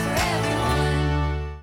for everyone.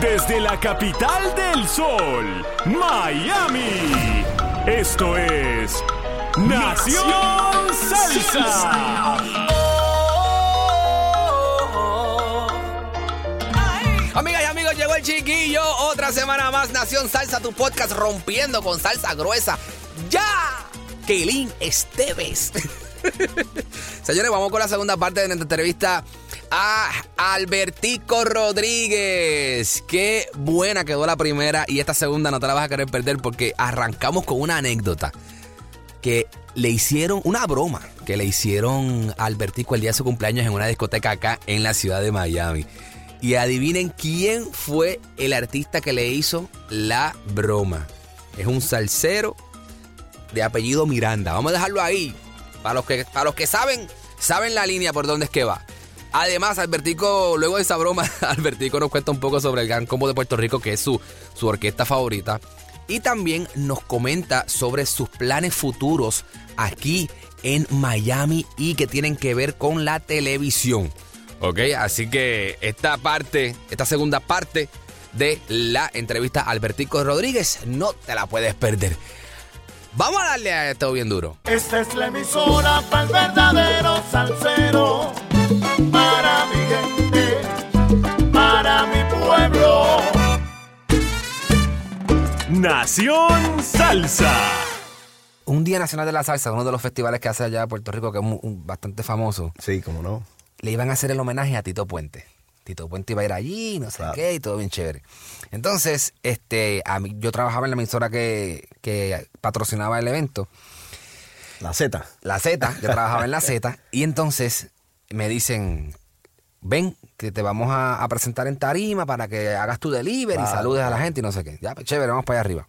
Desde la capital del sol, Miami. Esto es Nación Salsa. Amigas y amigos, llegó el chiquillo. Otra semana más, Nación Salsa, tu podcast rompiendo con salsa gruesa. ¡Ya! Kelin Esteves. Señores, vamos con la segunda parte de nuestra entrevista a Albertico Rodríguez. Qué buena quedó la primera y esta segunda no te la vas a querer perder porque arrancamos con una anécdota que le hicieron una broma que le hicieron a Albertico el día de su cumpleaños en una discoteca acá en la ciudad de Miami. Y adivinen quién fue el artista que le hizo la broma. Es un salsero de apellido Miranda. Vamos a dejarlo ahí. Para los que, para los que saben, saben la línea por dónde es que va. Además, Albertico, luego de esa broma, Albertico nos cuenta un poco sobre el Gran Combo de Puerto Rico, que es su, su orquesta favorita. Y también nos comenta sobre sus planes futuros aquí en Miami y que tienen que ver con la televisión. Ok, así que esta parte, esta segunda parte de la entrevista a Albertico Rodríguez, no te la puedes perder. Vamos a darle a esto bien duro. Esta es la emisora para el verdadero salsero, para mi gente, para mi pueblo. Nación Salsa. Un Día Nacional de la Salsa, uno de los festivales que hace allá en Puerto Rico, que es mu- un- bastante famoso, Sí, cómo no. le iban a hacer el homenaje a Tito Puente. Tito Puente iba a ir allí, no sé Claro. qué, y todo bien chévere. Entonces, este, a mí- yo trabajaba en la emisora que, que patrocinaba el evento, La Z. la Z, yo trabajaba en la Z, y entonces me dicen, ven, que te vamos a, a presentar en tarima para que hagas tu delivery, Claro, saludes a la gente y no sé qué. Ya, pues chévere, vamos para allá arriba.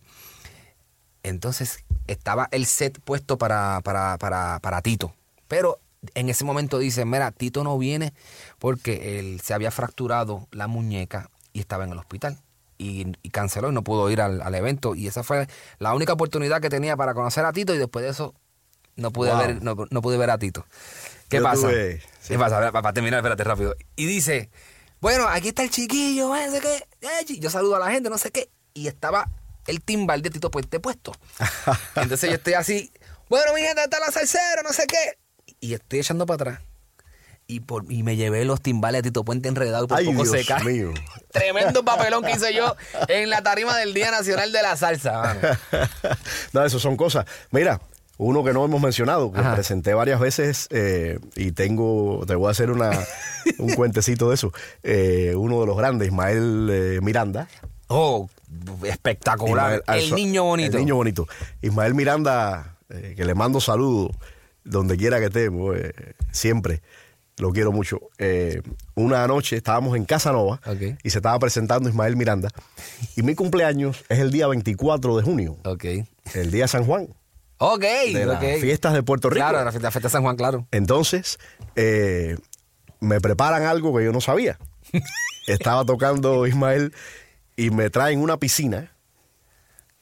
Entonces estaba el set puesto para, para, para, para Tito. Pero en ese momento dicen, mira, Tito no viene porque él se había fracturado la muñeca y estaba en el hospital. Y, y canceló y no pudo ir al, al evento. Y esa fue la única oportunidad que tenía para conocer a Tito y después de eso no pude, Wow. ver, no, no pude ver a Tito. ¿Qué Yo pasa? tuve- sí. ¿Qué pasa? A ver, Para, terminar, espérate rápido. Y dice, bueno, aquí está el chiquillo, eh, no sé qué. eh, chi- Yo saludo a la gente, no sé qué. Y estaba el timbal de Tito Puente puesto. Entonces yo estoy así, bueno, mi gente, está la salsera, no sé qué. Y estoy echando para atrás. Y, por, y me llevé los timbales de Tito Puente enredados y por Ay, poco Dios se cae. mío. Tremendo papelón que hice yo en la tarima del Día Nacional de la Salsa. mano. no, eso son cosas. Mira, uno que no hemos mencionado, que Ajá. presenté varias veces eh, y tengo, te voy a hacer una, un cuentecito de eso. Eh, uno de los grandes, Ismael eh, Miranda. Oh, espectacular. Ismael Alfa- el niño bonito. El niño bonito. Ismael Miranda, eh, que le mando saludos donde quiera que esté, pues, eh, siempre. Lo quiero mucho. Eh, una noche estábamos en Casanova Ok. y se estaba presentando Ismael Miranda. Y mi cumpleaños es el día 24 de junio, Ok. el día de San Juan, Ok, de las ok. fiestas de Puerto Rico. Claro, de la fiesta, la fiesta de San Juan, claro. Entonces, eh, me preparan algo que yo no sabía. Estaba tocando Ismael y me traen una piscina,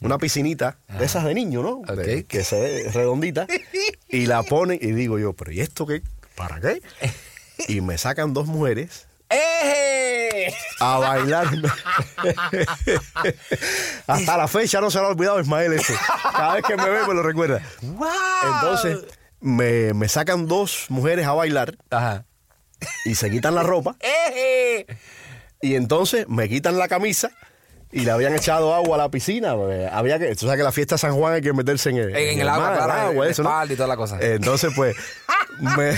una piscinita de esas de niño, ¿no? De- Ok. que se ve redondita. Y la ponen y digo yo, pero ¿y esto qué? ¿Para qué? Y me sacan dos mujeres ¡Eje! a bailar. Hasta la fecha no se lo ha olvidado Ismael eso. Cada vez que me ve me lo recuerda. ¡Wow! Entonces, me, me sacan dos mujeres a bailar Ajá. y se quitan la ropa ¡Eje! y entonces me quitan la camisa y le habían echado agua a la piscina. porque había que, tú sabes que la fiesta de San Juan hay que meterse en el, En- en el agua, mar, claro, en la ¿no? espalda y toda la cosa. Entonces, pues, me,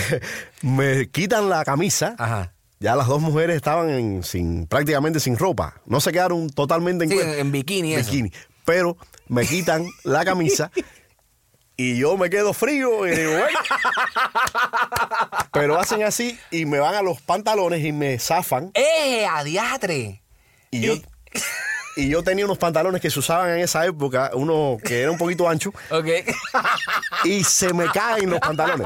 me quitan la camisa. Ajá. Ya las dos mujeres estaban en- sin, prácticamente sin ropa. No se quedaron totalmente en Sí, cuero. en bikini y eso. Bikini. Pero me quitan la camisa y yo me quedo frío y digo, "Bueno". Pero hacen así y me van a los pantalones y me zafan. ¡Eh, adiatre! Y Eh. yo, y yo tenía unos pantalones que se usaban en esa época, uno que era un poquito ancho, Ok. y se me caen los pantalones.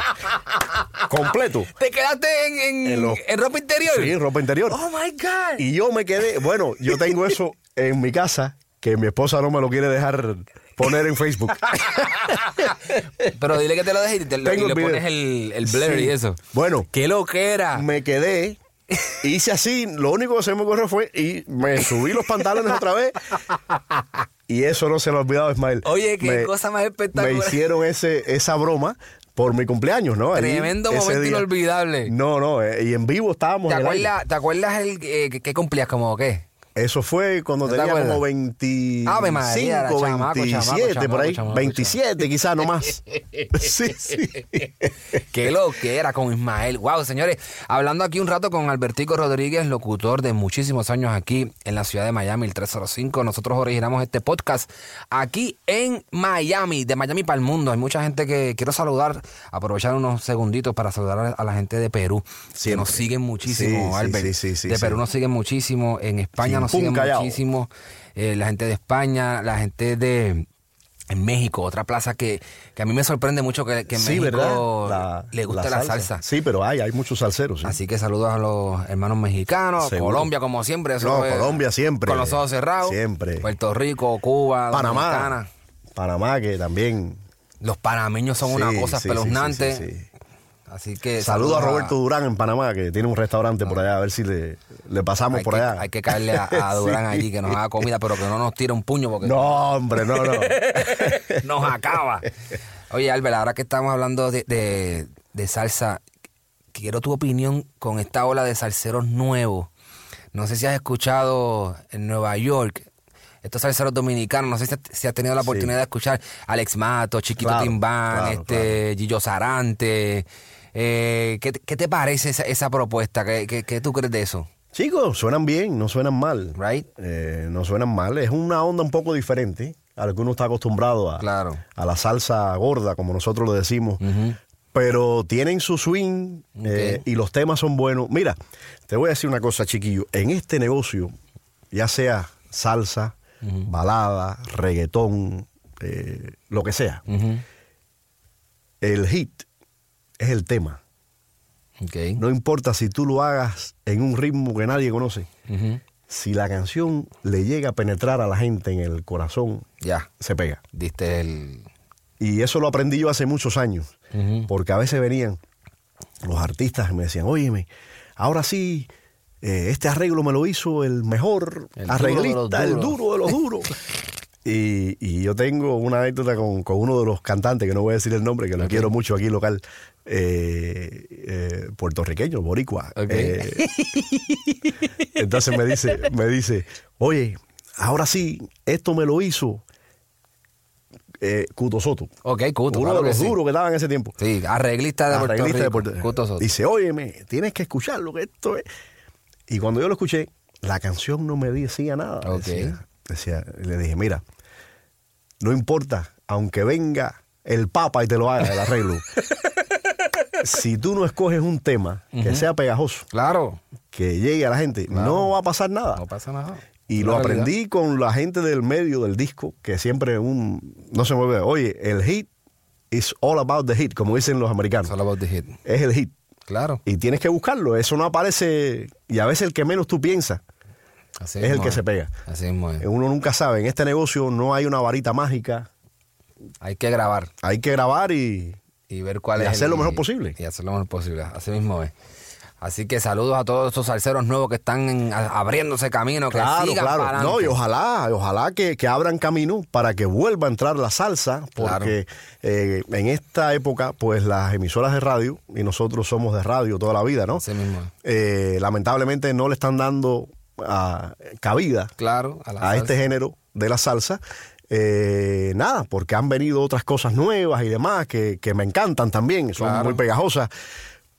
Completo. ¿Te quedaste en, en, En los- en ropa interior? Sí, en ropa interior. ¡Oh, my God! Y yo me quedé, bueno, yo tengo eso en mi casa, que mi esposa no me lo quiere dejar poner en Facebook. Pero dile que te lo dejes y, te lo- y Tengo el le video. pones el, el blur Sí. y eso. Bueno. ¡Qué loquera! Me quedé, hice así, lo único que se me ocurrió fue, y me subí los pantalones otra vez. Y eso no se lo he olvidado, Ismael. Oye, qué Me- cosa más espectacular. Me hicieron ese, esa broma por mi cumpleaños, ¿no? Allí, Tremendo ese momento día. inolvidable. No, no, eh, y en vivo estábamos. ¿Te en el aire. acuerdas, ¿Te acuerdas el eh, que, que cumplías como qué? Eso fue cuando ¿No te tenía acuerdas? como 25, Ave María, era chamaco, chamaco, 27, por ahí. chamaco, chamaco, 27 quizás, no más. sí, sí. Qué lo que era con Ismael. Wow, señores. Hablando aquí un rato con Albertico Rodríguez, locutor de muchísimos años aquí en la ciudad de Miami, el 305. Nosotros originamos este podcast aquí en Miami, de Miami para el mundo. Hay mucha gente que quiero saludar, aprovechar unos segunditos para saludar a la gente de Perú. Que Siempre. nos siguen muchísimo, Sí, sí, Albert. sí, sí, sí, de sí. Perú nos siguen muchísimo. En España Sin nos siguen pun callao. muchísimo. Eh, la gente de España, la gente de. En México, otra plaza que, que a mí me sorprende mucho que, que en sí, México ¿verdad? La- le gusta la, salsa. Sí, pero hay, hay muchos salseros. sí. Así que saludos a los hermanos mexicanos, Seguro. Colombia como siempre. eso No, es- Colombia siempre. Con los ojos cerrados. Siempre. Puerto Rico, Cuba, Panamá. Dominicana. Panamá, que también. Los panameños son una Sí, cosa sí, sí, sí, espeluznante. sí, sí. Así que Saludo a Roberto Durán en Panamá, que tiene un restaurante por allá, a ver si le, le pasamos Ah. Hay por que, allá. hay que caerle a, a Sí. Durán allí que nos haga comida, pero que no nos tire un puño porque No, hombre, no, no. nos acaba. Oye, Albert, ahora que estamos hablando de, de- de salsa, quiero tu opinión con esta ola de salseros nuevos. No sé si has escuchado en Nueva York. Estos salseros dominicanos, no sé si, si has tenido la oportunidad de escuchar Alex Mato, Chiquito Claro, Timbán, claro, este, Gillo Sarante. Eh, ¿qué, te- qué te parece esa, esa propuesta? ¿Qué, qué, qué tú crees de eso? Chicos, suenan bien, no suenan mal. Right. Eh, no suenan mal. Es una onda un poco diferente a lo que uno está acostumbrado a, Claro. a la salsa gorda, como nosotros lo decimos. Pero tienen su swing eh, Ok. y los temas son buenos. Mira, te voy a decir una cosa, chiquillo. En este negocio, ya sea salsa, balada, reggaetón, eh, lo que sea, el hit es el tema. Okay. No importa si tú lo hagas en un ritmo que nadie conoce. Ujú. Si la canción le llega a penetrar a la gente en el corazón, Ya, se pega. diste el... Y eso lo aprendí yo hace muchos años. Ujú. Porque a veces venían los artistas y me decían, óyeme, ahora sí, eh, este arreglo me lo hizo el mejor El duro de los arreglista, el duros". duro de los duros. y, y yo tengo una anécdota con, con uno de los cantantes, que no voy a decir el nombre, que lo quiero mucho aquí local, eh, eh, puertorriqueño, boricua. Ok. Eh, entonces me dice, me dice, oye, ahora sí, esto me lo hizo eh, Cuto Soto. Ok, Cuto, Uno claro de los que sí. duros que estaban en ese tiempo. Sí, arreglista de Arreglista de Puerto Rico. Puerto- Cuto Soto. Dice, óyeme, tienes que escucharlo, que esto es... Y cuando yo lo escuché, la canción no me decía nada. Ok. Decía, decía- le dije, mira, no importa, aunque venga el Papa y te lo haga el arreglo. si tú no escoges un tema que sea pegajoso, Claro. que llegue a la gente, no va a pasar nada. No pasa nada. Y lo La realidad. aprendí con la gente del medio del disco, que siempre un. No se me olvida. Oye, el hit is all about the hit, como dicen los It's americanos. all about the hit. Es el hit. Claro. Y tienes que buscarlo. Eso no aparece. Y a veces el que menos tú piensas. Así Es el mismo que se pega. Así mismo es. Uno nunca sabe. En este negocio no hay una varita mágica. Hay que grabar Hay que grabar y. y ver cuál Y es. hacer el- lo mejor posible. Y hacer lo mejor posible. Así mismo es. Así que saludos a todos estos salseros nuevos que están en- a- abriéndose camino. Que Claro, sigan claro. pa'lante. No, y ojalá, ojalá que, que abran camino para que vuelva a entrar la salsa, porque eh, en esta época, pues las emisoras de radio, y nosotros somos de radio toda la vida, ¿no? Así mismo es. Eh, lamentablemente no le están dando ah, cabida Claro, a la a este salsa. género de la salsa. Eh, nada, porque han venido otras cosas nuevas y demás que, que me encantan también, son Claro. muy pegajosas.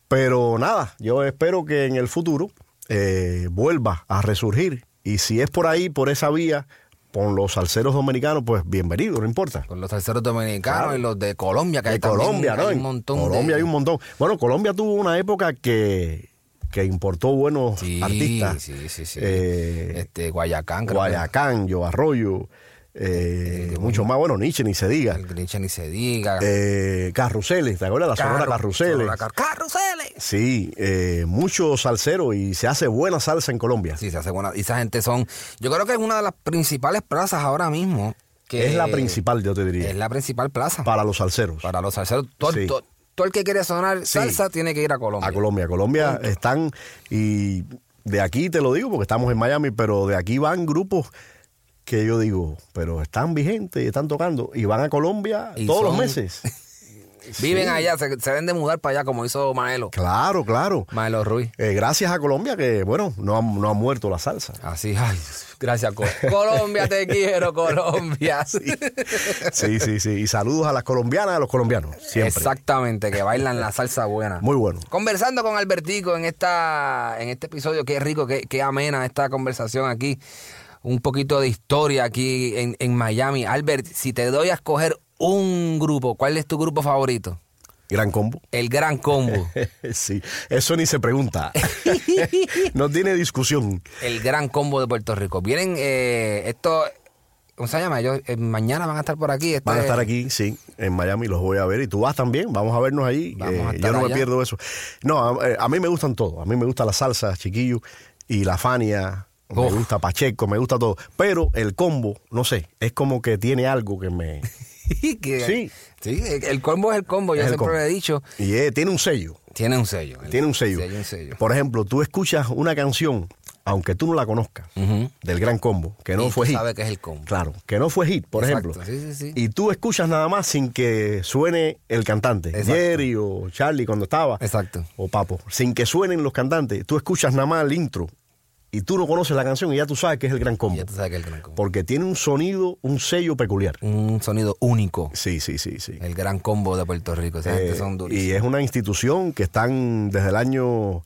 Pero nada, yo espero que en el futuro eh, vuelva a resurgir. Y si es por ahí, por esa vía, con los salseros dominicanos, pues bienvenido, no importa. Con los terceros dominicanos Claro. y los de Colombia, que De hay también- Colombia, ¿no? hay un En montón de- Colombia hay un montón. Bueno, Colombia tuvo una época que, que importó buenos Sí, artistas. sí, sí, sí. Eh, este, Guayacán, creo Guayacán, Yo Arroyo, eh, Eh, mucho más, bueno, Nietzsche ni se que- diga. El Grincha ni se diga. Eh, carruseles, ¿te acuerdas? La sonora Carro- Carruseles. Sonora Car- Carruseles. Sí, eh, mucho salsero y se hace buena salsa en Colombia. Sí, se hace buena. Y esa gente son. Yo creo que es una de las principales plazas ahora mismo. Que es la principal, yo te diría, Es la principal plaza. para los salseros. para los salseros. Todo, Sí. todo- todo el que quiere sonar salsa tiene que ir a Colombia. A Colombia. Colombia están, y de aquí te lo digo porque estamos en Miami, pero de aquí van grupos que yo digo, pero están vigentes, están tocando, y van a Colombia Y todos los son- meses. Viven allá, se, se ven de mudar para allá, como hizo Maelo. Claro, claro. Maelo Ruiz. Eh, gracias a Colombia que, bueno, no ha, no ha muerto la salsa. Así, ay, gracias, Col- Colombia, te quiero, Colombia. Sí, sí, sí. Y saludos a las colombianas, a los colombianos. Siempre. Exactamente, que bailan la salsa buena. Muy bueno. Conversando con Albertico en esta en este episodio, qué rico, qué, qué amena esta conversación aquí. Un poquito de historia aquí en, en Miami. Albert, si te doy a escoger un grupo, ¿cuál es tu grupo favorito? Gran combo. El Gran Combo. Sí, eso ni se pregunta. no tiene discusión. El Gran Combo de Puerto Rico. Vienen eh, esto, ¿cómo se llama? Ellos eh, mañana van a estar por aquí. este- Van a estar aquí, sí, en Miami, los voy a ver. Y tú vas también, vamos a vernos ahí. eh, Vamos a estar yo no me allá. pierdo eso. No, a, eh, a mí me gustan todos. A mí me gusta la salsa, chiquillo, y la Fania. Me Uf. gusta Pacheco, me gusta todo. Pero el combo, no sé, es como que tiene algo que me... Que- Sí. Sí, el combo es el combo, yo Es el siempre combo. lo he dicho. Y eh, tiene un sello. Tiene un sello. Tiene un sello. un sello. Por ejemplo, tú escuchas una canción, aunque tú no la conozcas, del Gran Combo, que no Y fue tú hit. sabes que es el combo. Claro, que no fue hit, por Exacto, ejemplo. sí, sí, sí. Y tú escuchas nada más sin que suene el cantante, Exacto. Jerry o Charlie cuando estaba, Exacto. o Papo, sin que suenen los cantantes. Tú escuchas nada más el intro y tú no conoces la canción y ya tú sabes que es el Gran Y Combo. Ya tú sabes que es el gran combo. Porque tiene un sonido, un sello peculiar. Un sonido único. Sí, sí, sí, sí. El gran combo de Puerto Rico. Esa gente Eh, son y durísimos. es una institución que están desde el año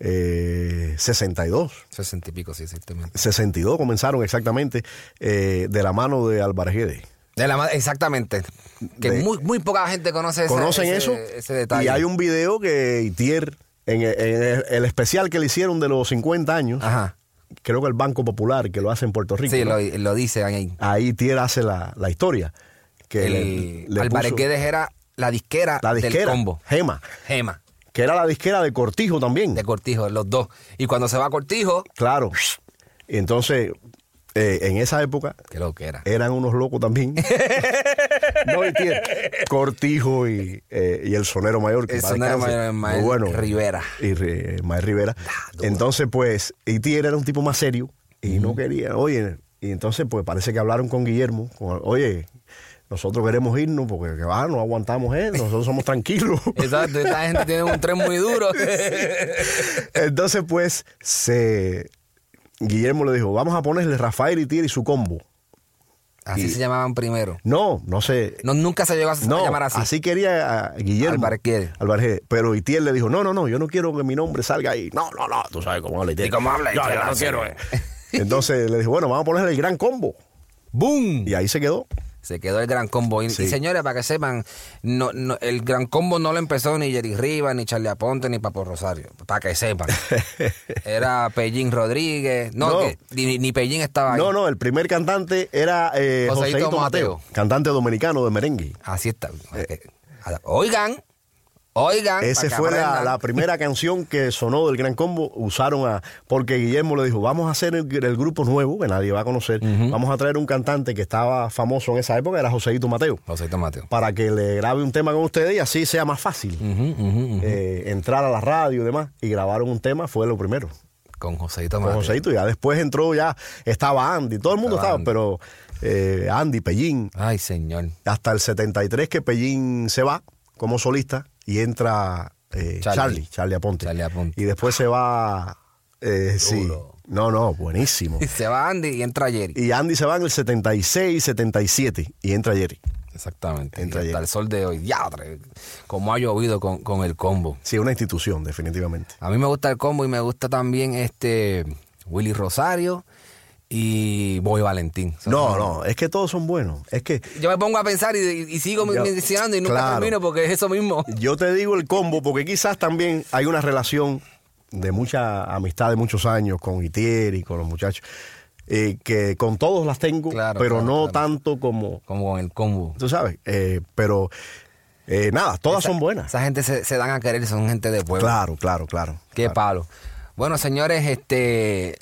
eh, 62. 60 y pico, sí, exactamente. 62 comenzaron exactamente eh, de la mano de Álvarez Guedes. De la ma- exactamente. Que De- muy, muy poca gente conoce ese- ¿Conocen ese, eso? ese detalle. Y hay un video que Itier, en, el- en el, el especial que le hicieron de los 50 años, Ajá. creo que el Banco Popular que lo hace en Puerto Rico, Sí, ¿no? lo, lo dicen ahí. ahí Itier hace la, la historia. Que El, le- le Álvarez puso Guedes era la disquera, la del disquera, combo. Gema, Gema, que era la disquera de Cortijo también. de Cortijo, los dos. Y cuando se va a Cortijo, Claro. Entonces, eh, en esa época que lo que era. eran unos locos también. no, y tiene Cortijo y, eh, y el sonero mayor. Que El en paz sonero descanse. mayor, Ismael Muy Rivera. Ah, Y Ri- Ismael Rivera. duro. Entonces, pues, Itier era un tipo más serio y no quería. Oye, y entonces, pues, parece que hablaron con Guillermo. con- Oye, nosotros queremos irnos porque que va, no aguantamos él, nosotros somos tranquilos. Exacto, esta gente tiene un tren muy duro. Entonces, pues, se... Guillermo le dijo, vamos a ponerle Rafael Itier y su combo. Así Y- se llamaban primero. No, no sé. No, nunca se llegó a, a No, llamar así. quería a Guillermo. Álvarez Guedes. Álvarez Guedes. Pero Itiel le dijo, no, no, no, yo no quiero que mi nombre salga ahí. No, no, no, tú sabes cómo habla Itiel. ¿Y cómo habla Yo, Itiel? yo no Así. quiero. eh. Entonces le dijo, bueno, vamos a ponerle el gran combo. ¡Boom! Y ahí se quedó. Se quedó el gran combo. Y, Sí. y señores, para que sepan, no, no, el gran combo no lo empezó ni Jerry Rivas, ni Charlie Aponte, ni Papo Rosario. Para que sepan. Era Pellín Rodríguez. No, No. que ni, ni Pellín estaba ahí. No, no, el primer cantante era eh, Joseito Joseito, Mateo, Mateo. cantante dominicano de merengue. Así Eh. está. Oigan, oigan. para Esa que fue la, aprendan. la primera canción que sonó del Gran Combo. Usaron a. Porque Guillermo le dijo: Vamos a hacer el, el grupo nuevo que nadie va a conocer. Vamos a traer un cantante que estaba famoso en esa época, era Joseito Mateo. Joseito Mateo. para que le grabe un tema con ustedes y así sea más fácil eh, entrar a la radio y demás. Y grabaron un tema, fue lo primero. Con Joseito Con Mateo. Joseito, ya después entró, ya estaba Andy, todo el mundo Estaba estaba, pero eh, Andy, Pellín, Ay, señor. hasta el 73 que Pellín se va como solista y entra Charlie. eh, Charlie, Charlie Aponte. Charlie Aponte. Y después se va, eh, sí, Duro. No, no, buenísimo. Se va Andy y entra Jerry. Y Andy se va en el 76, 77 y entra Jerry. Exactamente. Entra y hasta Jerry. el sol de hoy. Ya, como ha llovido con, con el combo. Sí, una institución, definitivamente. A mí me gusta el combo y me gusta también este Willy Rosario y Boy Valentín. Son- No, no, es que todos son buenos. Es que Yo me pongo a pensar y, y sigo Yo- mencionando y nunca claro. termino porque es eso mismo. yo te digo el combo porque quizás también hay una relación de mucha amistad de muchos años con Itier y con los muchachos, eh, que con todos las tengo, Claro, pero claro, no claro. tanto como, Como con el combo. tú sabes, eh, pero eh, nada, todas son buenas. Esa gente se, se dan a querer, son gente de pueblo. Claro, claro, claro. Qué claro. palo. Bueno, señores, este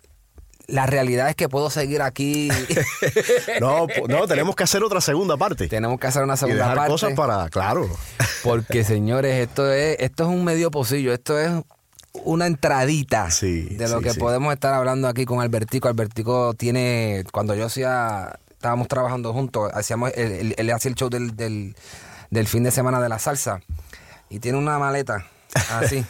la realidad es que puedo seguir aquí. No, po- no, tenemos que hacer otra segunda parte. Tenemos que hacer una y segunda dejar parte. cosas para, claro. Porque, señores, esto es, esto es un medio pocillo, esto es una entradita Sí, de lo sí, que sí. podemos estar hablando aquí con Albertico. Albertico tiene, cuando yo hacía, estábamos trabajando juntos, hacíamos, él, él- él hacía el show del, del- del fin de semana de la salsa y tiene una maleta así.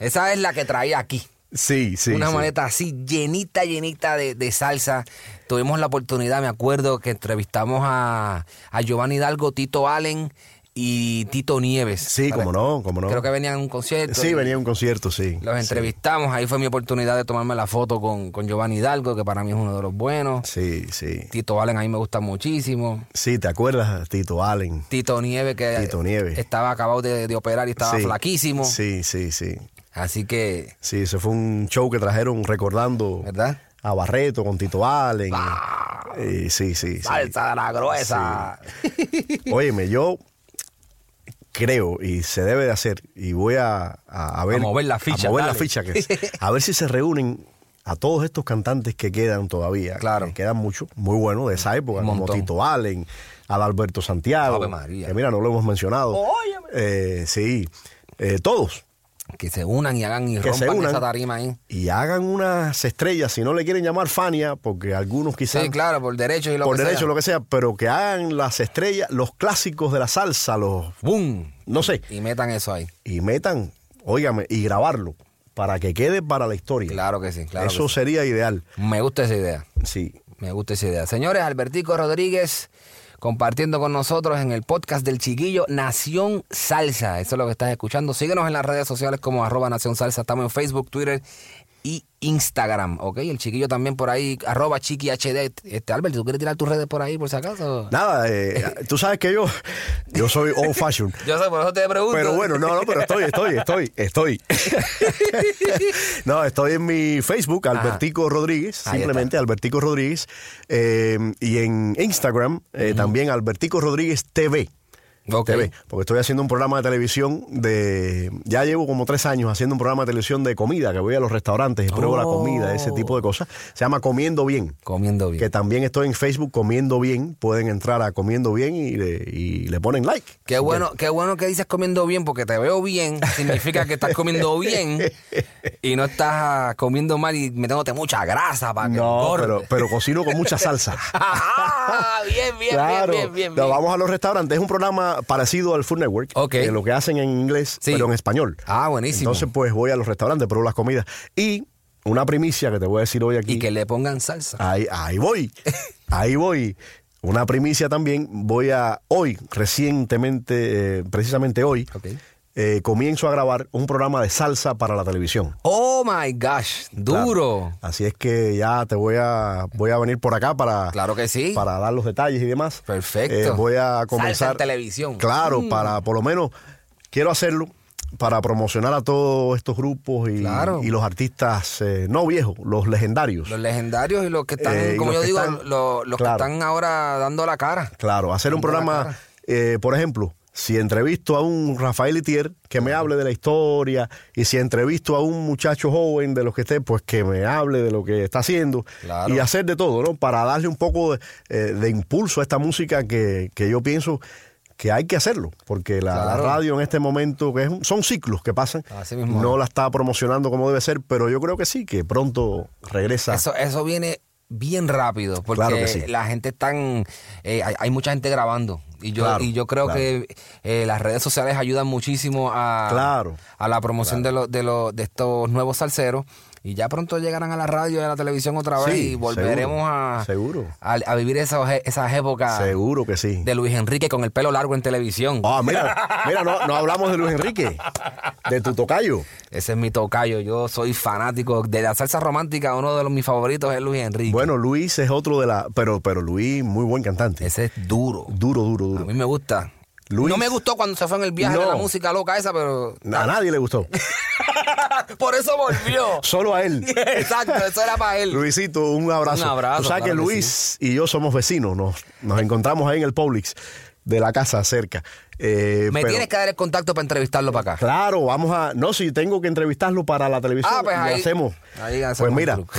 Esa es la que traía aquí. Sí, sí. una sí. maleta así llenita, llenita de, de salsa. Tuvimos la oportunidad, me acuerdo, que entrevistamos a, a Giovanni Hidalgo, Tito Allen y Tito Nieves. Sí, Para- cómo no, cómo no. Creo que venían a un concierto. Sí, y venía a un concierto, sí. Los entrevistamos, ahí fue mi oportunidad de tomarme la foto con, con Giovanni Hidalgo, que para mí es uno de los buenos. Sí, sí. Tito Allen a mí me gusta muchísimo. Sí, ¿te acuerdas, Tito Allen? Tito Nieves, que Tito Nieves. estaba acabado de, de operar y estaba Sí. flaquísimo. Sí, sí, sí. Así que, Sí, ese fue un show que trajeron recordando ¿verdad? a Barreto con Tito Allen. Eh, sí, sí, sí. Salsa de la gruesa. Óyeme, yo creo y se debe de hacer y voy a, a- a ver A mover la ficha, a mover la dale. ficha que a ver si se reúnen a todos estos cantantes que quedan todavía Claro. que quedan muchos muy buenos de esa época Un como montón. Tito Allen Adalberto Santiago Ave María. que mira no lo hemos mencionado Eh, sí eh, todos Que se unan y hagan y que se rompan unan esa tarima ahí. y hagan unas estrellas si no le quieren llamar Fania porque algunos quizás Sí, claro, por derechos y lo por que derecho sea. lo que sea pero que hagan las estrellas los clásicos de la salsa los ¡Bum! no sé Y metan eso ahí. y metan, óigame, y grabarlo para que quede para la historia. Claro que sí, claro. Eso que sí. sería ideal. Me gusta esa idea. Sí. Me gusta esa idea. Señores, Albertico Rodríguez compartiendo con nosotros en el podcast del chiquillo Nación Salsa. Eso es lo que estás escuchando. Síguenos en las redes sociales como arroba Nación Salsa. Estamos en Facebook, Twitter y Instagram. ¿Ok? El chiquillo también por ahí, arroba chiqui HD. Este, Albert, ¿tú quieres tirar tus redes por ahí por si acaso? Nada, eh, tú sabes que yo, yo soy old fashion. Yo sé, por eso te pregunto. Pero bueno, no, no, pero estoy, estoy, estoy, estoy. no, estoy en mi Facebook, Ajá. Albertico Rodríguez, Ahí simplemente Albertico Rodríguez, eh, y en Instagram eh, también Albertico Rodríguez TV. Ok. TV, porque estoy haciendo un programa de televisión de. Ya llevo como tres años haciendo un programa de televisión de comida, que voy a los restaurantes y pruebo la comida, ese tipo de cosas. Se llama Comiendo Bien. Comiendo bien. Que también estoy en Facebook Comiendo Bien. Pueden entrar a Comiendo Bien y le, y le ponen like. Qué bueno, qué bueno que dices comiendo bien, porque te veo bien, significa que estás comiendo bien y no estás comiendo mal y metiéndote mucha grasa para que No, engordes. pero, pero cocino con mucha salsa. Ah, bien, bien, claro. bien, bien, bien, No, bien. vamos a los restaurantes. Es un programa parecido al Food Network. Ok. que lo que hacen en inglés, Sí. pero en español. Ah, buenísimo. Entonces, pues voy a los restaurantes, pruebo las comidas. Y una primicia que te voy a decir hoy aquí. y que le pongan salsa. Ahí, ahí voy. Ahí voy. Una primicia también. Voy a hoy, recientemente, eh, precisamente hoy, Ok. eh, comienzo a grabar un programa de salsa para la televisión. Oh my gosh, duro. Claro. Así es que ya te voy a voy a venir por acá para Claro que sí. para dar los detalles y demás. Perfecto. Eh, voy a Salsa comenzar en televisión. Mm. Claro, para por lo menos quiero hacerlo para promocionar a todos estos grupos y, Claro. y los artistas eh, no viejos, los legendarios. Los legendarios y los que están, Eh, y como los yo que digo, están- los, los claro. que están ahora dando la cara. Claro, hacer un Anda la programa, cara. eh, por ejemplo, si entrevisto a un Rafael Itier que me hable de la historia, y si entrevisto a un muchacho joven de los que esté, pues que me hable de lo que está haciendo, Claro. y hacer de todo, ¿no? Para darle un poco de, eh, de impulso a esta música que, que yo pienso que hay que hacerlo, porque la, la Claro. radio en este momento, que es un- son ciclos que pasan, Así mismo. no la está promocionando como debe ser, pero yo creo que sí, que pronto regresa. Eso, eso viene bien rápido porque Claro que sí. la gente está hay, hay mucha gente grabando y yo Claro, y yo creo claro. que eh, las redes sociales ayudan muchísimo a, Claro. a la promoción de los de los de estos nuevos salseros Y ya pronto llegarán a la radio y a la televisión otra vez Sí, y volveremos seguro, a, seguro. a, a vivir esas, esas épocas Seguro que sí. de Luis Enrique con el pelo largo en televisión. Ah, mira, mira, no, no hablamos de Luis Enrique, de tu tocayo. Ese es mi tocayo. Yo soy fanático de la salsa romántica. Uno de los, mis favoritos es Luis Enrique. Bueno, Luis es otro de la. Pero, pero Luis, muy buen cantante. Ese es duro. Duro, duro, A duro. mí me gusta. Luis. No me gustó cuando se fue en el viaje de No. la música loca esa, pero A nadie le gustó. por eso volvió. Solo a él. Exacto, eso era para él. Luisito, un abrazo. Un abrazo, Tú sabes claro que que Luis y yo somos vecinos, nos, nos encontramos ahí en el Publix de la casa cerca. Eh, me pero- tienes que dar el contacto para entrevistarlo para acá. Claro, vamos a. No, si tengo que entrevistarlo para la televisión, Ah, pues lo ahí- hacemos. ahí hacemos pues el mira, truco.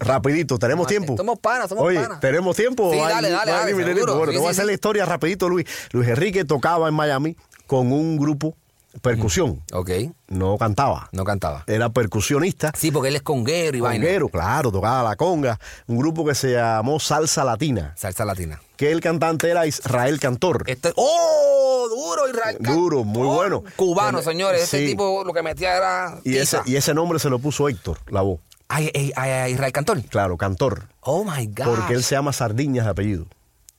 rapidito, tenemos tiempo. Somos panas, somos Oye, panas. tenemos tiempo. Sí, Hay- dale, dale, no hay dale, límite, seguro. Bueno, Sí, te voy sí, a hacer sí. la historia rapidito, Luis. Luis Enrique tocaba en Miami con un grupo percusión. Ok, No cantaba. no cantaba. Era percusionista. Sí, porque él es conguero y vaina. Conguero, claro, tocaba la conga. Un grupo que se llamó Salsa Latina. Salsa latina. Que el cantante era Israel Cantor. Este- ¡Oh! Duro, Israel. Castro. Duro, muy bueno. Cubano, Eh, señores. Ese sí. tipo lo que metía era. Y ese, tiza. y ese nombre se lo puso Héctor, la voz. Ay, ay, ay, ay, Israel Cantor. Claro, Cantor. Oh my God. Porque él se llama Sardiñas de apellido.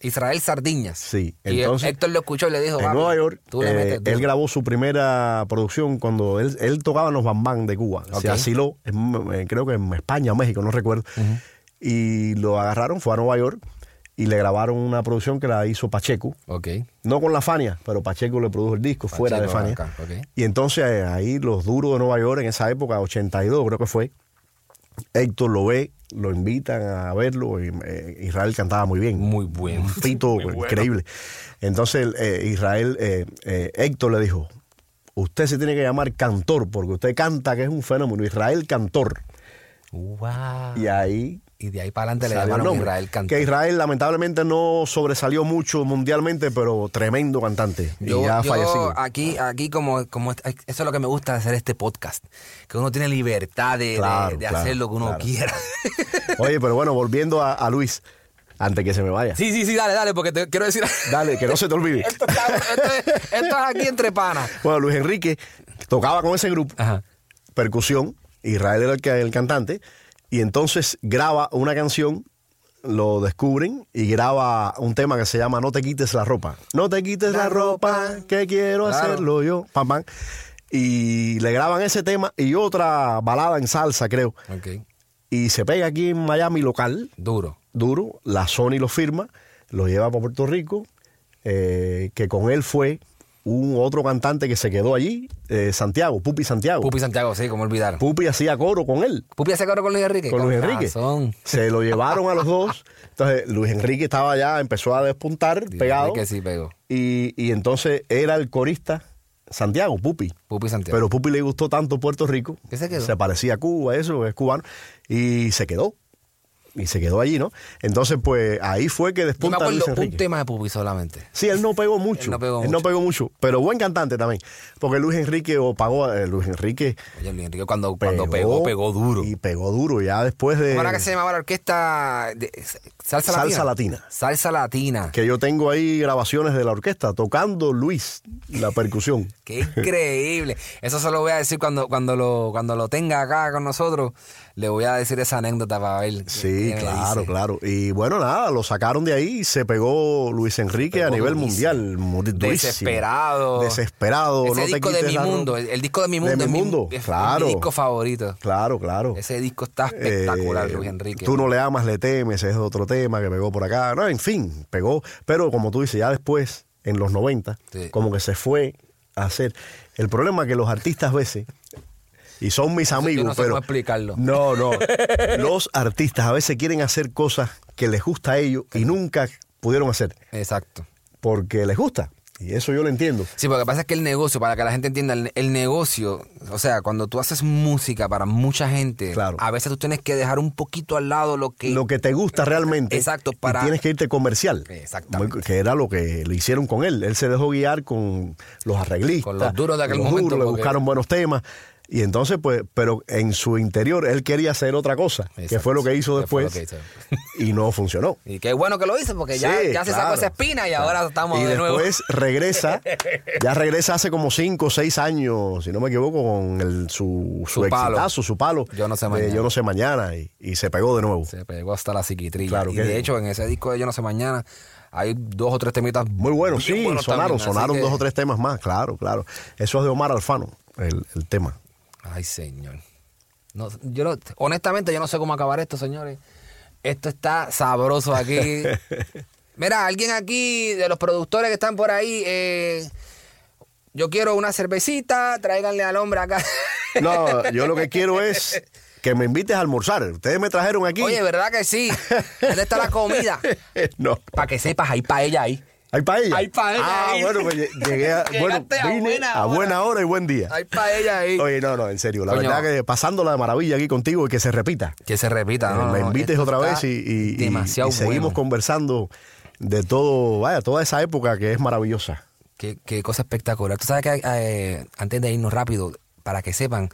Israel Sardiñas. Sí, Y entonces- Héctor lo escuchó y le dijo. En "Papi, Nueva York, Tú le eh, metes duro". él grabó su primera producción cuando él, él tocaba en los bambán de Cuba. Ok. Se asiló, en- eh, creo que en España o México, no recuerdo. Y lo agarraron, fue a Nueva York y le grabaron una producción que la hizo Pacheco. Ok. No con la Fania, pero Pacheco le produjo el disco fuera de Pacheco, Fania. acá, ok. Y entonces eh, ahí los duros de Nueva York en esa época, 82 creo que fue, Héctor lo ve, lo invitan a verlo. y, eh, Israel cantaba muy bien. Muy bueno. Un pito increíble. Entonces eh, Israel, eh, eh, Héctor le dijo, usted se tiene que llamar cantor porque usted canta que es un fenómeno. Israel Cantor. Wow. Y ahí Y de ahí para adelante Ah. le salió el llamaron nombre. Israel Cantor. Que Israel lamentablemente no sobresalió mucho mundialmente, pero tremendo cantante. Yo, y ya yo fallecido. aquí, aquí como, como eso es lo que me gusta de hacer este podcast, que uno tiene libertad de, de- Claro, de claro, hacer lo que uno claro. quiera. Oye, pero bueno, volviendo a, a Luis, antes que se me vaya. sí, sí, sí, dale, dale, porque te quiero decir. Dale, que no se te olvide. esto, está- esto es, esto es aquí entre panas. Bueno, Luis Enrique tocaba con ese grupo, Ajá. percusión, Israel era el, ca- el cantante, y entonces graba una canción, lo descubren y graba un tema que se llama No te quites la ropa. No te quites la, La ropa, ropa. que quiero Claro. hacerlo yo, pam, pam. Y le graban ese tema y otra balada en salsa, creo. Ok, Y se pega aquí en Miami local, duro. duro, la Sony lo firma, lo lleva para Puerto Rico, eh, que con él fue un otro cantante que se quedó allí, eh, Santiago, Pupi Santiago. Pupi Pupi, Santiago, sí, como olvidar. hacía coro con él, Pupi hace coro con Luis Enrique. con Luis Con Enrique. razón. Se lo llevaron a los dos. Entonces Luis Enrique estaba ya, empezó a despuntar, Luis pegado. Enrique sí pegó. Y, y entonces era el corista Santiago, Pupi. Pupi Santiago. Pero Pupi le gustó tanto Puerto Rico. ¿Qué se quedó? parecía a Cuba, eso, es cubano. Y se quedó. Y se quedó allí, ¿no? Entonces, pues ahí fue que Yo me despunta Luis acuerdo un Enrique. tema de Pupi solamente. Sí, él no pegó mucho. Él no pegó mucho. mucho, Pero buen cantante también. Porque Luis Enrique o pagó. eh, Luis Enrique. Oye, Luis Enrique cuando Pegó, cuando pegó, pegó duro. Y pegó duro. Ya después de. ¿Cómo era que se llamaba la orquesta? de- eh, salsa, latina. Salsa Latina. Salsa latina. que yo tengo ahí grabaciones de la orquesta tocando Luis la percusión. Qué increíble. Eso se lo voy a decir cuando, cuando, lo, cuando lo tenga acá con nosotros. Le voy a decir esa anécdota para ver. qué- Sí, qué me claro, dice. claro. Y bueno, nada, lo sacaron de ahí y se pegó Luis Enrique Pegó a nivel durísimo. mundial. mu- durísimo. Desesperado. Desesperado. Ese no te disco de quites mi la ro- mundo. El, el disco de mi mundo. De es mi mundo, es claro. Mi disco favorito. Claro, claro. Ese disco está espectacular, Eh, Luis Enrique. Tú no le amas, le temes, es otro tema que pegó por acá. No, en fin, pegó. Pero como tú dices, ya después, en los 90, Sí. como que se fue a hacer. El problema es que los artistas a veces, y son mis amigos, no sé pero. cómo explicarlo. No, no. los artistas a veces quieren hacer cosas que les gusta a ellos y nunca pudieron hacer Exacto. porque les gusta. Y eso yo lo entiendo. Sí, porque lo que pasa es que el negocio, para que la gente entienda, el, el negocio, o sea, cuando tú haces música para mucha gente, Claro. a veces tú tienes que dejar un poquito al lado lo que... lo que te gusta realmente. Exacto, y para- tienes que irte comercial. Exactamente. Muy- Que era lo que le hicieron con él. Él se dejó guiar con los arreglistas. Con los duros de aquel los momento, duros, le porque- buscaron buenos temas. Y entonces, pues, pero en su interior él quería hacer otra cosa, que Exacto. fue lo que hizo Que fue lo después, que hizo. y no funcionó. Y qué bueno que lo hizo, porque ya, Sí, ya se claro. sacó esa espina y ahora estamos y de nuevo. después regresa, ya regresa hace como 5 o 6 años, si no me equivoco, con el, su, su, Su palo. exitazo, su palo. Yo no sé de mañana. Yo no sé mañana, y, y se pegó de nuevo. Se pegó hasta la psiquitrilla. Claro y que de sí. hecho, en ese disco de Yo No sé Mañana hay dos o tres temitas. Muy bueno, bien sí, buenos sonaron, también, así sonaron que- dos o tres temas más, claro, claro. Eso es de Omar Alfano, el, el tema. Ay, señor. No, yo no- honestamente, yo no sé cómo acabar esto, señores. Esto está sabroso aquí. Mira, alguien aquí de los productores que están por ahí, eh, yo quiero una cervecita, tráiganle al hombre acá. No, yo lo que quiero es que me invites a almorzar. Ustedes me trajeron aquí. Oye, ¿verdad que sí? ¿Dónde está la comida? no. Para que sepas, hay paella ahí. ¿Hay paella? Hay paella Ah, ahí. bueno, pues lle- llegué a, bueno, Llegaste a vine buena a buena hora y buen día. Hay paella ahí. Oye, no, no, en serio. La Coño. verdad que pasándola de maravilla aquí contigo y que se repita. Que se repita, Que ¿no? me no, invites esto otra está vez y, y- y- demasiado y seguimos bueno. conversando de todo, vaya, toda esa época que es maravillosa. Qué, qué cosa espectacular. Tú sabes que eh, antes de irnos rápido, para que sepan,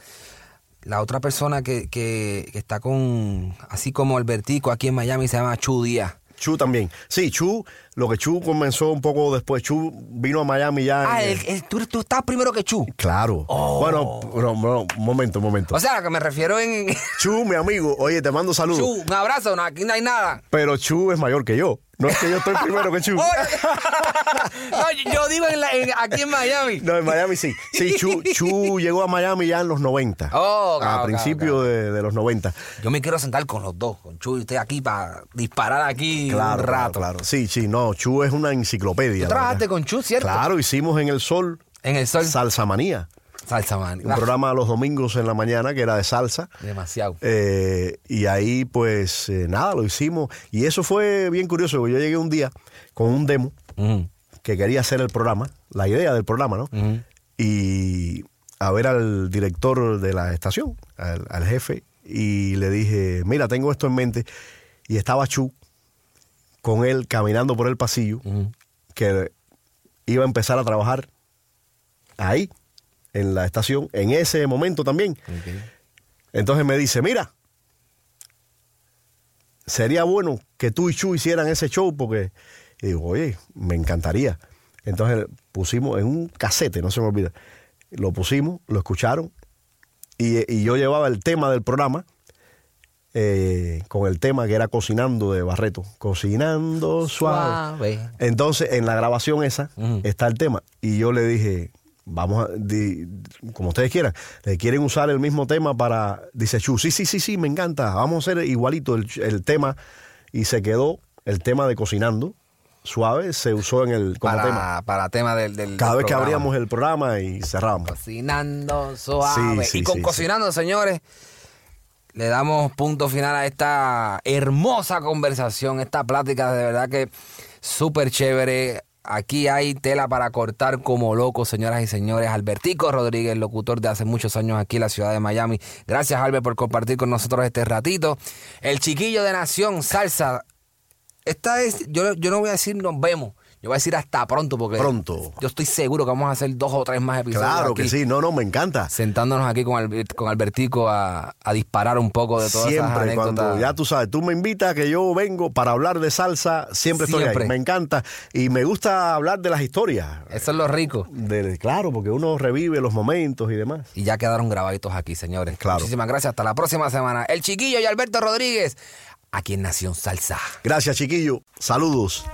la otra persona que, que- que está con, así como Albertico aquí en Miami, se llama Chu Díaz. Chu también. Sí, Chu, lo que Chu comenzó un poco después. Chu vino a Miami ya. en Ah, el- el- el- tú, tú estás primero que Chu. Claro. Oh. Bueno, pero, bueno, un momento, un momento. O sea, lo que me refiero en Chu, mi amigo, oye, te mando saludos. Chu, un abrazo, no, aquí no hay nada. Pero Chu es mayor que yo. No es que yo estoy primero que Chu. No, yo- yo digo en la- en- aquí en Miami. No, en Miami sí. Sí, Chu, Chu llegó a Miami ya en los 90. Oh, claro, a principios de, de los 90. Yo me quiero sentar con los dos, con Chu y usted aquí para disparar aquí Claro, un rato. claro, claro. Sí, sí, no, Chu es una enciclopedia. Tú la trabajaste verdad. con Chu, ¿cierto? Claro, hicimos en el sol En el sol. Salsa Manía. salsa, man. Un programa los domingos en la mañana que era de salsa. Demasiado. Eh, y ahí, pues, eh, nada, lo hicimos. Y eso fue bien curioso, porque yo llegué un día con un demo Mm. que quería hacer el programa, la idea del programa, ¿no? Y a ver al director de la estación, al, al jefe, y le dije, mira, tengo esto en mente. Y estaba Chu con él caminando por el pasillo, que iba a empezar a trabajar ahí, en la estación, en ese momento también. Entonces me dice, mira, sería bueno que tú y Chu hicieran ese show porque y digo, oye, me encantaría. Entonces pusimos en un casete, no se me olvida, lo pusimos, lo escucharon y, y yo llevaba el tema del programa eh, con el tema que era Cocinando de Barreto, Cocinando suave. Suave. Entonces en la grabación esa está el tema y yo le dije, vamos a, di- como ustedes quieran, le quieren usar el mismo tema para, dice Chu, sí, sí, sí, sí, me encanta, vamos a hacer igualito el, el tema y se quedó el tema de Cocinando suave, se usó en el como para, tema. para tema del. del- Cada del vez que programa. abríamos el programa y cerrábamos. Cocinando suave. Sí, sí, y con sí, Cocinando, señores, le damos punto final a esta hermosa conversación, esta plática de verdad que súper chévere. Aquí hay tela para cortar como loco, señoras y señores. Albertico Rodríguez, locutor de hace muchos años aquí en la ciudad de Miami. Gracias, Albert, por compartir con nosotros este ratito. El chiquillo de Nación Salsa. Esta es, yo, yo no voy a decir nos vemos, yo voy a decir hasta pronto porque Pronto. yo estoy seguro que vamos a hacer dos o tres más episodios. Claro que aquí, sí, no, no, me encanta. Sentándonos aquí con, Albert- con Albertico a, a disparar un poco de todas esas Siempre, anécdotas. cuando ya tú sabes, tú me invitas que yo vengo para hablar de salsa, siempre, estoy Siempre. ahí. Me encanta y me gusta hablar de las historias. Eso es lo rico. De- claro, porque uno revive los momentos y demás. Y ya quedaron grabaditos aquí, señores. Claro. Muchísimas gracias. Hasta la próxima semana. El Chiquillo y Alberto Rodríguez, aquí en Nación Salsa. Gracias, chiquillo. Saludos.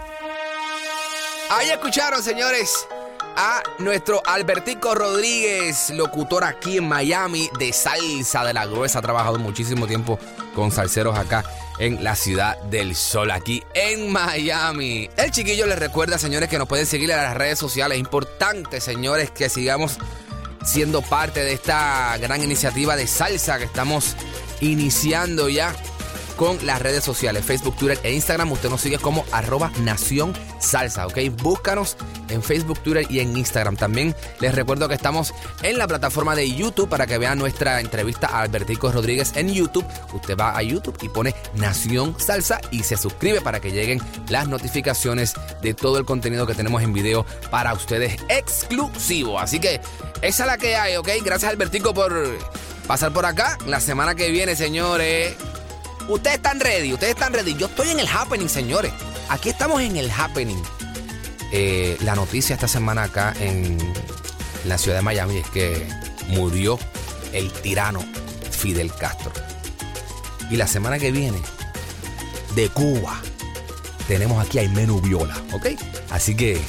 Ahí escucharon, señores, a nuestro Albertico Rodríguez, locutor aquí en Miami de salsa de la gruesa. Ha trabajado muchísimo tiempo con salseros acá en la ciudad del sol, aquí en Miami. El chiquillo les recuerda, señores, que nos pueden seguir en las redes sociales. Importante, señores, que sigamos siendo parte de esta gran iniciativa de salsa que estamos iniciando ya con las redes sociales, Facebook, Twitter e Instagram. Usted nos sigue como arroba Nación Salsa, ¿ok? Búscanos en Facebook, Twitter y en Instagram. También les recuerdo que estamos en la plataforma de YouTube para que vean nuestra entrevista a Albertico Rodríguez en YouTube. Usted va a YouTube y pone Nación Salsa y se suscribe para que lleguen las notificaciones de todo el contenido que tenemos en video para ustedes exclusivo. Así que esa es la que hay, ¿ok? Gracias Albertico por pasar por acá. La semana que viene, señores. Ustedes están ready, ustedes están ready. Yo estoy en el happening, señores. Aquí estamos en el happening. Eh, la noticia esta semana acá en la ciudad de Miami es que murió el tirano Fidel Castro. Y la semana que viene, de Cuba, tenemos aquí a Aimé Nubiola, ¿ok? Así que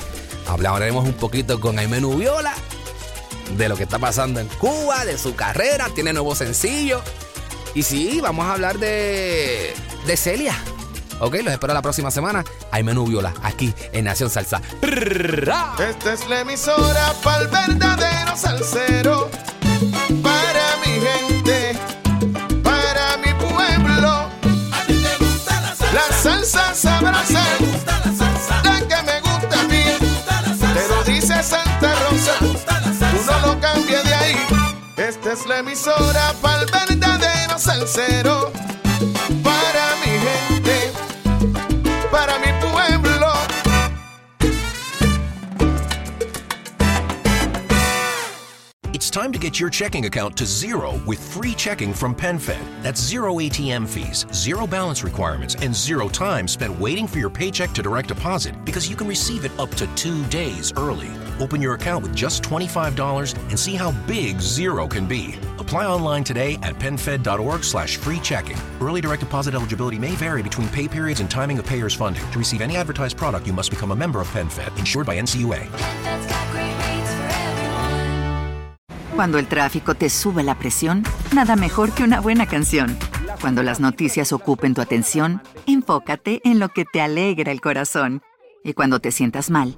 hablaremos un poquito con Aimé Nubiola de lo que está pasando en Cuba, de su carrera, tiene nuevo sencillo. Y sí, vamos a hablar de, de Celia. Ok, los espero la próxima semana. Hay menú viola aquí en Nación Salsa. Esta es la emisora para el verdadero salsero, para mi gente, para mi pueblo. La salsa sabrosera, la que me gusta a mí, te lo dice Santa Rosa, tú no lo cambies de ahí. Esta es la emisora para el verdadero salsero, para mi gente, para mi pueblo. It's time to get your checking account to zero with free checking from PenFed. That's zero ATM fees, zero balance requirements, and zero time spent waiting for your paycheck to direct deposit because you can receive it up to two days early. Open your account with just $25 and see how big zero can be. Apply online today at PenFed.org slash free checking. Early direct deposit eligibility may vary between pay periods and timing of payer's funding. To receive any advertised product, you must become a member of PenFed, insured by NCUA. That's got great rates for everyone. Cuando el tráfico te sube la presión, nada mejor que una buena canción. Cuando las noticias ocupen tu atención, enfócate en lo que te alegra el corazón. Y cuando te sientas mal,